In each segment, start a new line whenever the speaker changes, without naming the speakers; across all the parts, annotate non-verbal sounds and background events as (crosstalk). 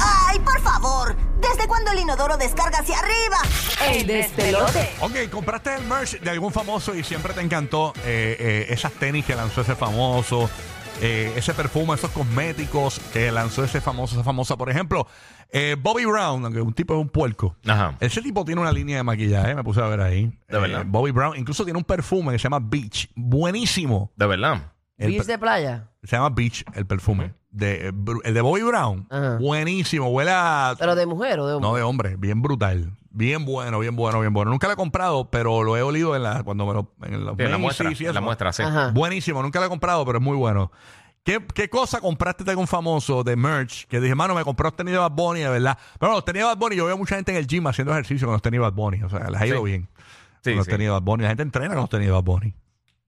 ¡Ay, por favor! ¿Desde cuándo el inodoro descarga hacia arriba?
El despelote.
Ok, compraste el merch de algún famoso y siempre te encantó eh, eh, esas tenis que lanzó ese famoso, eh, ese perfume, esos cosméticos que lanzó ese famoso, esa famosa. Por ejemplo, eh, Bobby Brown, aunque un tipo es un puerco.
Ajá.
Ese tipo tiene una línea de maquillaje, me puse a ver ahí. Eh,
De verdad.
Bobby Brown, incluso tiene un perfume que se llama Beach. Buenísimo.
De verdad.
El
¿Beach
per-
de playa?
se llama Beach, el perfume. De, eh, Bru- el de Bobby Brown.
Ajá.
Buenísimo. Huele a
¿Pero de mujer o de hombre?
No, de hombre, bien brutal. Bien bueno, bien bueno, bien bueno. Nunca la he comprado, pero lo he olido en la, cuando me lo. En los
Sí, la
Macy's
muestra,
y eso.
la muestra, sí.
Ajá.
Buenísimo, nunca la he comprado, pero es muy bueno. ¿Qué, qué cosa compraste de algún famoso de merch que dije, mano, me compró los tenis de Bad Bunny, de verdad? Pero los tenis de Bad Bunny, yo veo mucha gente en el gym haciendo ejercicio con los tenis de Bad Bunny. O sea, les ha ido
Sí.
bien.
Sí,
con los
sí.
tenis de Bad Bunny. La gente entrena con los tenis de Bad Bunny.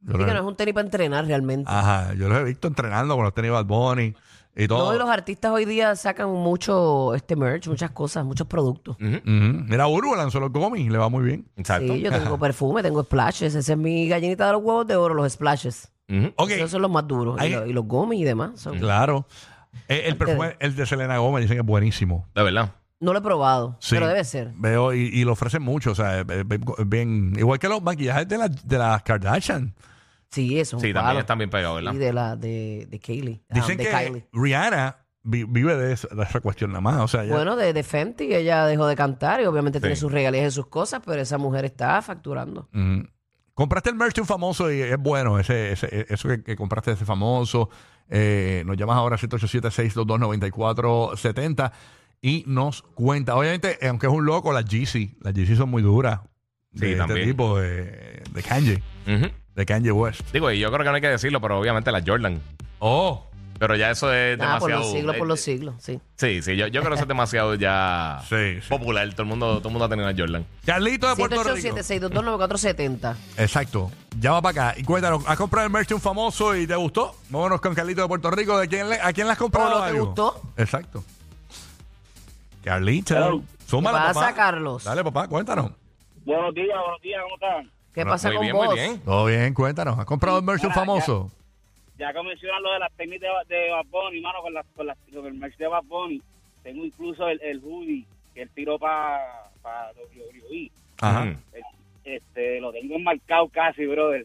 Yo
Así
los-
que no es un tenis para entrenar realmente.
Ajá, yo los he visto entrenando con los tenis de Bad Bunny y todo.
Todos los artistas hoy día sacan mucho este merch, muchas cosas, muchos productos.
Ujú. Mira, Uru lanzó los gomis, le va muy bien.
Exacto.
Sí, yo tengo perfume, tengo splashes. Esa es mi gallinita de los huevos de oro, los splashes.
Ujú.
Ok.
Esos son los más duros.
Ahí-
Y, los, y los gomis y demás. son-
Mm. Claro. Eh, el perfume, el de Selena Gómez, dicen que es buenísimo.
De verdad.
No lo he probado,
Sí.
pero debe ser.
Veo, y, y lo ofrecen mucho, o sea, eh, eh, bien, Igual que los maquillajes de las de las Kardashian.
Ah, Sí, eso.
Sí, también están bien pegados, ¿verdad?
Y de la de, de Kylie. Ah,
Dicen
de
que
Kylie.
Rihanna vi- vive de, eso- de esa cuestión nada más, o sea, ella-
Bueno, de, de Fenty, ella dejó de cantar y obviamente tiene
Sí.
sus regalías y sus cosas, pero esa mujer está facturando.
Mm. Compraste el merch de un famoso y es bueno, ese, ese- e- eso que, que compraste de ese famoso. Eh, nos llamas ahora 787-622-9470 y nos cuenta. Obviamente, eh, aunque es un loco, las GC, las GC son muy duras.
Sí,
de este
también.
tipo, de, de Kanye,
Ujú.
de Kanye West.
Digo, y yo creo que no hay que decirlo, pero obviamente las Jordan.
Oh,
Pero ya eso es
Ah,
demasiado.
por los siglos,
eh,
por los siglos, sí.
Sí, sí, yo, yo creo que eso es demasiado ya
Sí, sí.
popular. Todo el mundo, todo el mundo ha tenido una Jordan.
Carlito de Puerto Rico.
787-622-9470.
Exacto. Llama para acá y cuéntanos, ¿has comprado el merch de un famoso y te gustó? Vámonos con Carlito de Puerto Rico. ¿De quién le- ¿A quién le has comprado?
¿O no Oh, te
algo?
gustó?
Exacto. Carlito.
Hello.
Súmala,
¿Qué pasa,
papá.
Carlos?
Dale, papá, cuéntanos.
Buenos días, buenos días, ¿cómo están?
¿Qué pasa
muy
con
bien,
vos?
muy bien.
Todo bien, cuéntanos. ¿Has comprado el merch de un
Mira,
famoso?
Ya que mencionan lo de las tenis de, de Bad Bunny, mano, con, las, con, las, con el merch de Bad Bunny, tengo incluso el, el hoodie que él tiró para pa WWE.
Ajá.
Ujú.
Este, lo tengo enmarcado casi, brother.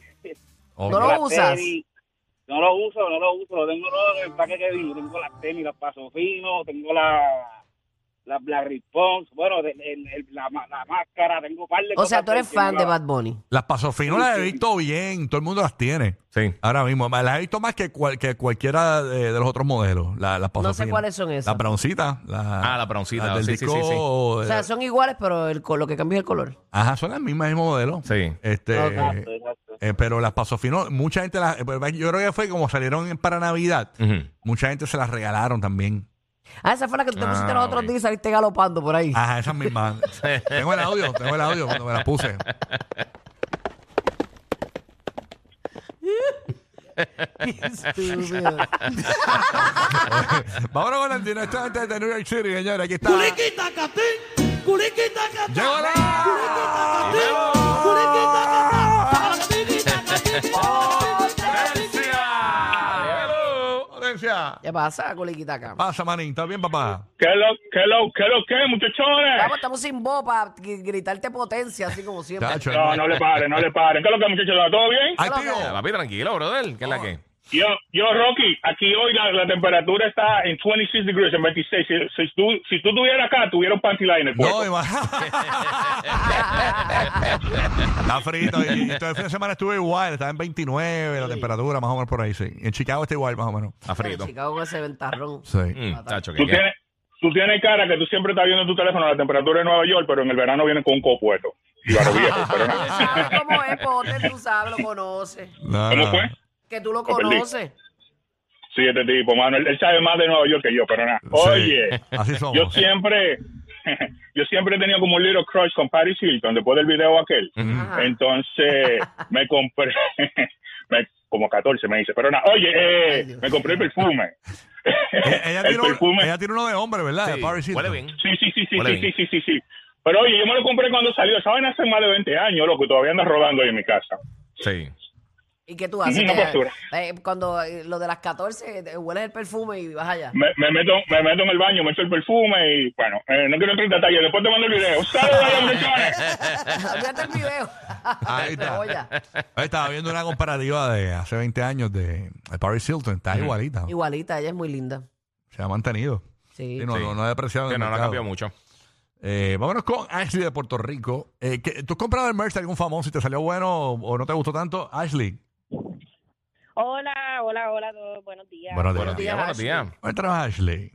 Ok.
No lo
Las
usas.
tenis, No lo uso, no lo uso, lo tengo todo en el empaque que vino. Tengo las tenis, las paso fino, tengo la, la, la response, bueno, de- el- el- la, ma- la máscara, tengo un par de
O
cosas
sea, tú
que
eres
tengo
fan de
la-
Bad Bunny.
Las pasofino las he visto bien. Todo el mundo las tiene.
Sí.
Ahora mismo. Las he visto más que, cual- que cualquiera de, de los otros modelos. La- las
No
Pasofino.
sé cuáles son esas.
Las broncitas. La,
Ah, las broncitas.
Las del
Sí, sí,
disco, eh,
sí, sí.
O sea, son iguales, pero el col- lo que cambia es el color.
Ajá, son las mismas, mismo modelo.
Sí.
Este,
Exacto, exacto.
eh, pero las pasó fino. Mucha gente las. eh, pues, Yo creo que fue como salieron en- para Navidad.
Ujú.
Mucha gente se las regalaron también.
Ah, esa fue la que tú te
Ah,
pusiste los otros
ok.
días y saliste galopando por ahí.
Ajá, esas
(laughs)
mismas. tengo el audio, tengo el audio cuando me las puse.
Estúpido.
Vámonos con el directamente de New York City, señores. Aquí está. ¡Culiquita Catín! ¡Culiquita Catín! ¡Llegó la potencia!
¿Qué pasa, coliquita acá?
Pasa, manín. ¿Estás bien, papá?
¿Qué lo, qué lo, qué lo que, muchachones?
Vamos, estamos sin voz para gritarte potencia, así como (laughs) siempre.
Chacho, Ah.
No, no le paren, no le paren. ¿Qué es lo que, muchachos? ¿Todo bien?
Activo.
Papi, tranquilo, brother. ¿Qué es la que?
Yo, yo, Rocky, aquí hoy la, la temperatura está en 26 degrees, en 26. Si, si tú, si tú estuvieras acá, tuviera un pantilá en el
No,
cuerpo.
ima- (laughs)
Ah.
(laughs)
Está frito. Y, y todo el fin de semana estuve igual. Estaba en 29 la temperatura, más o menos por ahí, sí. En Chicago está igual, más o menos.
A frito.
Chicago con ese ventarrón.
Sí.
Mm, chacho, que
tú,
queda-
tienes, tú tienes cara que tú siempre estás viendo en tu teléfono la temperatura de Nueva York, pero en el verano viene con un copueto. Y
(laughs)
barro viejo, pero
Tú
nada.
sabes Ah, cómo es, Potter, tú sabes, lo conoces.
No,
¿Cómo
no.
fue?
Que tú lo
Lo perdí.
conoces.
Sí, este tipo, mano. Él, él sabe más de Nueva York que yo, pero nada.
Sí.
Oye,
Así (laughs)
yo
somos.
siempre, (laughs) yo siempre he tenido como un little crush con Paris Hilton después del video aquel.
Ajá.
Entonces me compré, (laughs) me- como 14 me dice, pero nada, oye, eh,
Ay, Dios
me compré el perfume.
Eh, ella,
el
tiene un-
perfume.
ella tiene uno de hombre, ¿verdad?
Sí,
Paris Hilton.
huele bien.
Sí, sí, sí, sí,
Huele
sí, sí,
bien.
sí, sí, sí. Pero oye, yo me lo compré cuando salió. Esa vaina hace más de 20 años, loco, y todavía anda rodando ahí en mi casa.
Sí.
¿Y qué tú haces?
Una
Te-
postura.
eh, cuando eh, lo de las 14, te- hueles el perfume y vas
(laughs)
allá. (laughs)
Me, me meto, me meto en el baño, me echo el perfume y, bueno, eh, no quiero entrar en detalle. Después te mando el video. ¡Saludos, ahí, muchachones!
Mírate el video. (laughs)
Ahí está.
Cebolla.
Ahí estaba viendo una comparativa de hace 20 años de, de Paris Hilton. Está igualita.
Igualita, ella es muy linda.
Se ha mantenido.
Sí.
Sí, no,
Sí.
no, no ha depreciado. en
Que
el
no, no ha
mercado.
cambiado mucho.
Eh, vámonos con Ashley de Puerto Rico. Eh, ¿qué- ¿Tú has comprado el merch de algún famoso y te salió bueno o, o no te gustó tanto? Ashley,
Hola, hola, hola a todos, buenos días.
buenos días.
Buenos días, buenos días.
Cuéntanos, Ashley.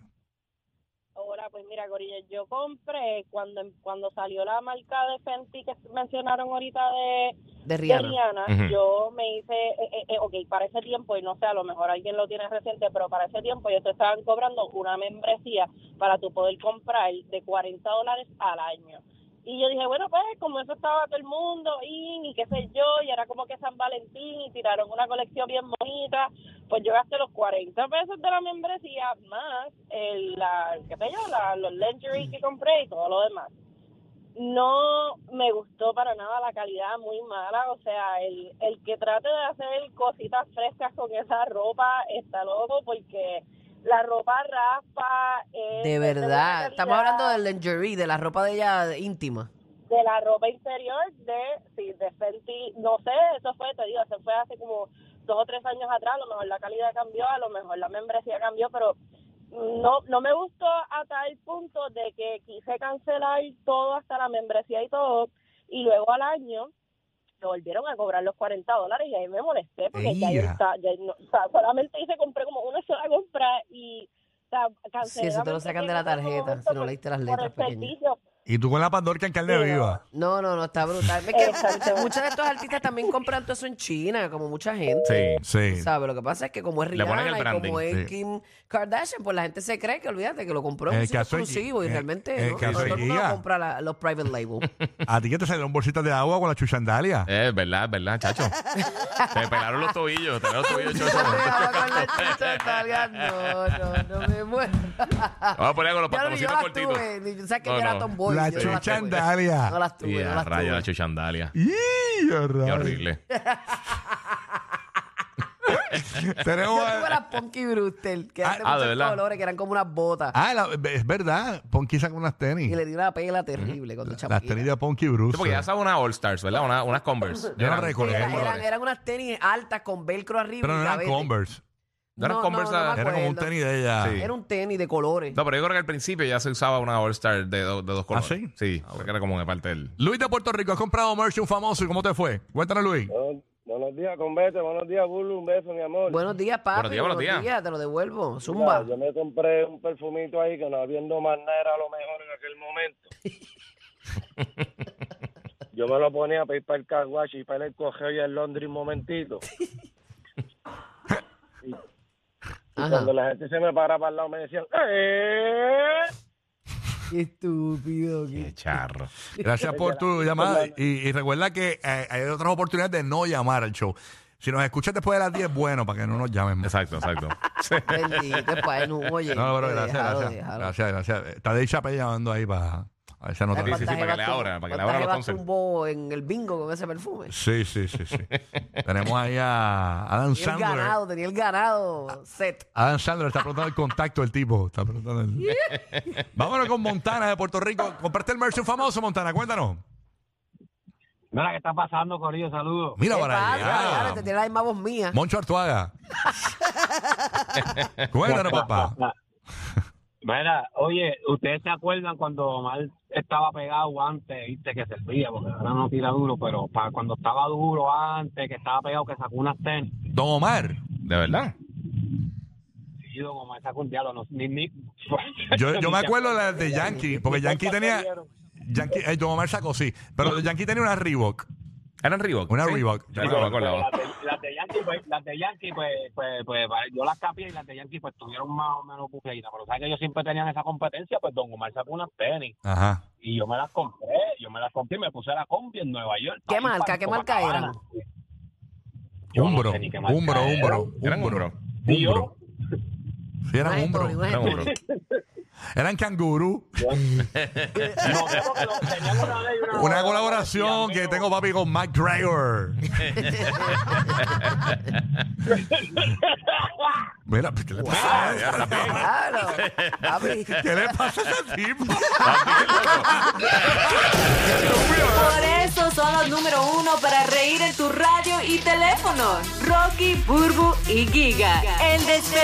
Hola, pues mira, Gorilla, yo compré cuando cuando salió la marca de Fenty que mencionaron ahorita de,
De
de
Rihanna.
Rihanna,
Ujú.
yo me hice, eh, eh, eh, ok, para ese tiempo, y no sé, a lo mejor alguien lo tiene reciente, pero para ese tiempo ellos te estaban cobrando una membresía para tú poder comprar de 40 dólares al año. Y yo dije, bueno, pues como eso estaba todo el mundo, in, y qué sé yo, y era como que San Valentín, y tiraron una colección bien bonita, pues yo gasté los 40 pesos de la membresía más el, la, qué sé yo, la- los lingerie que compré y todo lo demás. No me gustó para nada la calidad, muy mala. O sea, el, el que trate de hacer cositas frescas con esa ropa está loco porque la ropa raspa. eh, es-
De
es buena
verdad. Estamos
calidad
hablando del lingerie, de la ropa de ella íntima.
de la ropa interior de, sí, de Fenty, no sé, eso fue, te digo, eso fue hace como dos o tres años atrás, a lo mejor la calidad cambió, a lo mejor la membresía cambió, pero no, no me gustó a tal punto de que quise cancelar todo, hasta la membresía y todo, y luego al año me volvieron a cobrar los 40 dólares y ahí me molesté porque ya, yo
Ella.
estaba- ya no- o sea, solamente hice, compré como una sola compra y o sea, cancelé
Sí, eso
la
te lo sacan de la
membresía en ese
tarjeta,
momento
si no
por-
leíste las
por
letras
el
pequeñas.
servicio,
Y tú con la pandorca en carne
Sí,
viva.
No, no, no, está brutal. Es que
Exacto.
muchos de estos artistas también compran todo eso en China, como mucha gente.
Sí.
Sí.
¿Sabes? Lo que pasa es que como es
Le ponen el
Rihanna y como
branding,
es
sí.
Kim Kardashian, pues la gente se cree que olvídate que lo compró en
En
un
el
sitio
caso de Gi-
exclusivo y
en-
realmente
en el
no,
caso
no
de
todo el mundo
Giga.
compra la- los private label.
(laughs) A ti que te salieron bolsitas de agua con la chuchandalia.
Es verdad, es verdad,
(laughs)
chacho. te pelaron los tobillos, te pelaron los tobillos,
Yo
chacho.
me daba con
(laughs)
la chucha todavía. no, no, no me
(laughs)
muero.
Vamos a poner con los
Ya ni yo
pantaloncitos
las
cortitos.
tuve, ni yo sabía que
No,
yo era
no.
tomboy.
La
yo no las tuve.
chuchandalia.
No las tuve,
Y
no
a
las tuve.
rayos, la chuchandalia.
¡Y,
Qué
rayos!
horrible.
(laughs) Tenemos.
Yo tuve las Punky Brewster, que eran de
Ah, ah, de
muchos
verdad.
colores, que eran como unas botas.
Ah, la- es verdad. Ponky sacó unas tenis.
Y le di una pela terrible cuando
Las tenis de Ponky Bruce.
Sí, porque ya sabes unas All Stars, ¿verdad? Una- unas Converse.
Yo no
Eran-
recuerdo.
eran
Era- eran,
colores.
eran unas tenis altas con velcro arriba.
Pero
y
no eran
gavete.
Converse.
No eran
No,
Converse.
no, no me
eran-
Era como un
acuerdo.
tenis de ella.
Sí.
Era un tenis de colores.
No, pero yo creo que al principio ya se usaba una All Star de, do- de dos colores.
¿Ah, sí?
Sí, creo que era como de parte del.
Luis de Puerto Rico, has comprado merch un famoso. ¿Y ¿Cómo te fue? Cuéntanos, Luis.
Buenos días, convete. Buenos días, Bulu. Un beso, mi amor.
Buenos días, papi.
Buenos días, buenos días.
Te lo devuelvo.
Mira,
Zumba.
yo me compré un perfumito ahí que no habiendo más nada era lo mejor en aquel momento.
(laughs)
yo me lo ponía para ir para el carwash y para el cogeo y el laundry un momentito. y, y
Ajá.
cuando la gente se me paraba al lado me decían ¡Eh!
Qué estúpido. qué-
Qué charro.
Gracias por
(laughs)
tu llamada. Y, y recuerda que eh, hay otras oportunidades de no llamar al show. Si nos escuchas después de las 10, bueno, para que no nos llamen más.
Exacto, exacto.
(laughs) Bendito, es para él un oye.
No, pero gracias,
déjalo,
gracias,
déjalo.
gracias, gracias. Está de Chappelle llamando ahí para a ver si anota.
¿Sabes
Sí, sí, sí,
cuántas
para que
jevas
le
tum-
abra, para que
cuántas
le abra los
jevas
conceptos.
tumbó en el bingo con ese perfume?
Sí, sí, sí, sí. Tenemos ahí a
Tenía
Adam
el
Sandler.
ganado, tenía el ganado set.
Adam Sandler está preguntando el contacto del tipo. Está
(laughs)
preguntando el- Vámonos con Montana de Puerto Rico. Compraste el merch un famoso, Montana. Cuéntanos.
Mira que está pasando, Corillo, saludos.
Mira para
Pasa,
allá.
ahora te tiene la misma voz mía.
Moncho Artuaga. Cuéntanos, papá.
Mira, oye, ¿ustedes se acuerdan cuando Omar estaba pegado antes, viste, que se ría, porque ahora no tira duro, pero para cuando estaba duro antes, que estaba pegado, que sacó unas tenis?
Don Omar. (laughs)
De verdad.
Sí, don Omar sacó un diablo, no, ni, ni-
(laughs) Yo, yo me
ni-
acuerdo de la de Yankee, porque Yankee tenía. Yankee, eh, Don Omar sacó, sí. Pero Yankee tenía una Reebok.
¿Eran Reebok?
Una
Sí.
Reebok.
Yo no me acordaba.
Las de, las de Yankee, pues, las de Yankee, pues, pues, pues, yo las capié y las de Yankee, pues, tuvieron más o menos bujeína. Pero, ¿sabes que ellos siempre tenían esa competencia? Pues, Don Omar sacó unas tenis
Ajá.
y yo me las compré. Yo me las compré y me puse la combi en Nueva York.
¿Qué
Ahí
marca?
para
¿Qué marca
Copacabana. Yo no
Umbro.
sé ni qué marca
Umbro,
era.
umbro.
Eran Umbro.
Y yo,
Umbro. Sí, eran
Ay,
Umbro.
pobre, bueno.
Eran Umbro.
Eran Canguru.
no sé, porque lo- tenían una ley, una-
Una colaboración que tengo papi con Mike Dreyer. Mira, ¿qué le pasa?
Ya
(laughs)
está bien.
Claro.
(laughs)
Papi,
¿Qué le pasa a ese tipo?
Por eso son los número uno para reír en tu radio y teléfono. Rocky, Burbu y Giga. El despelote.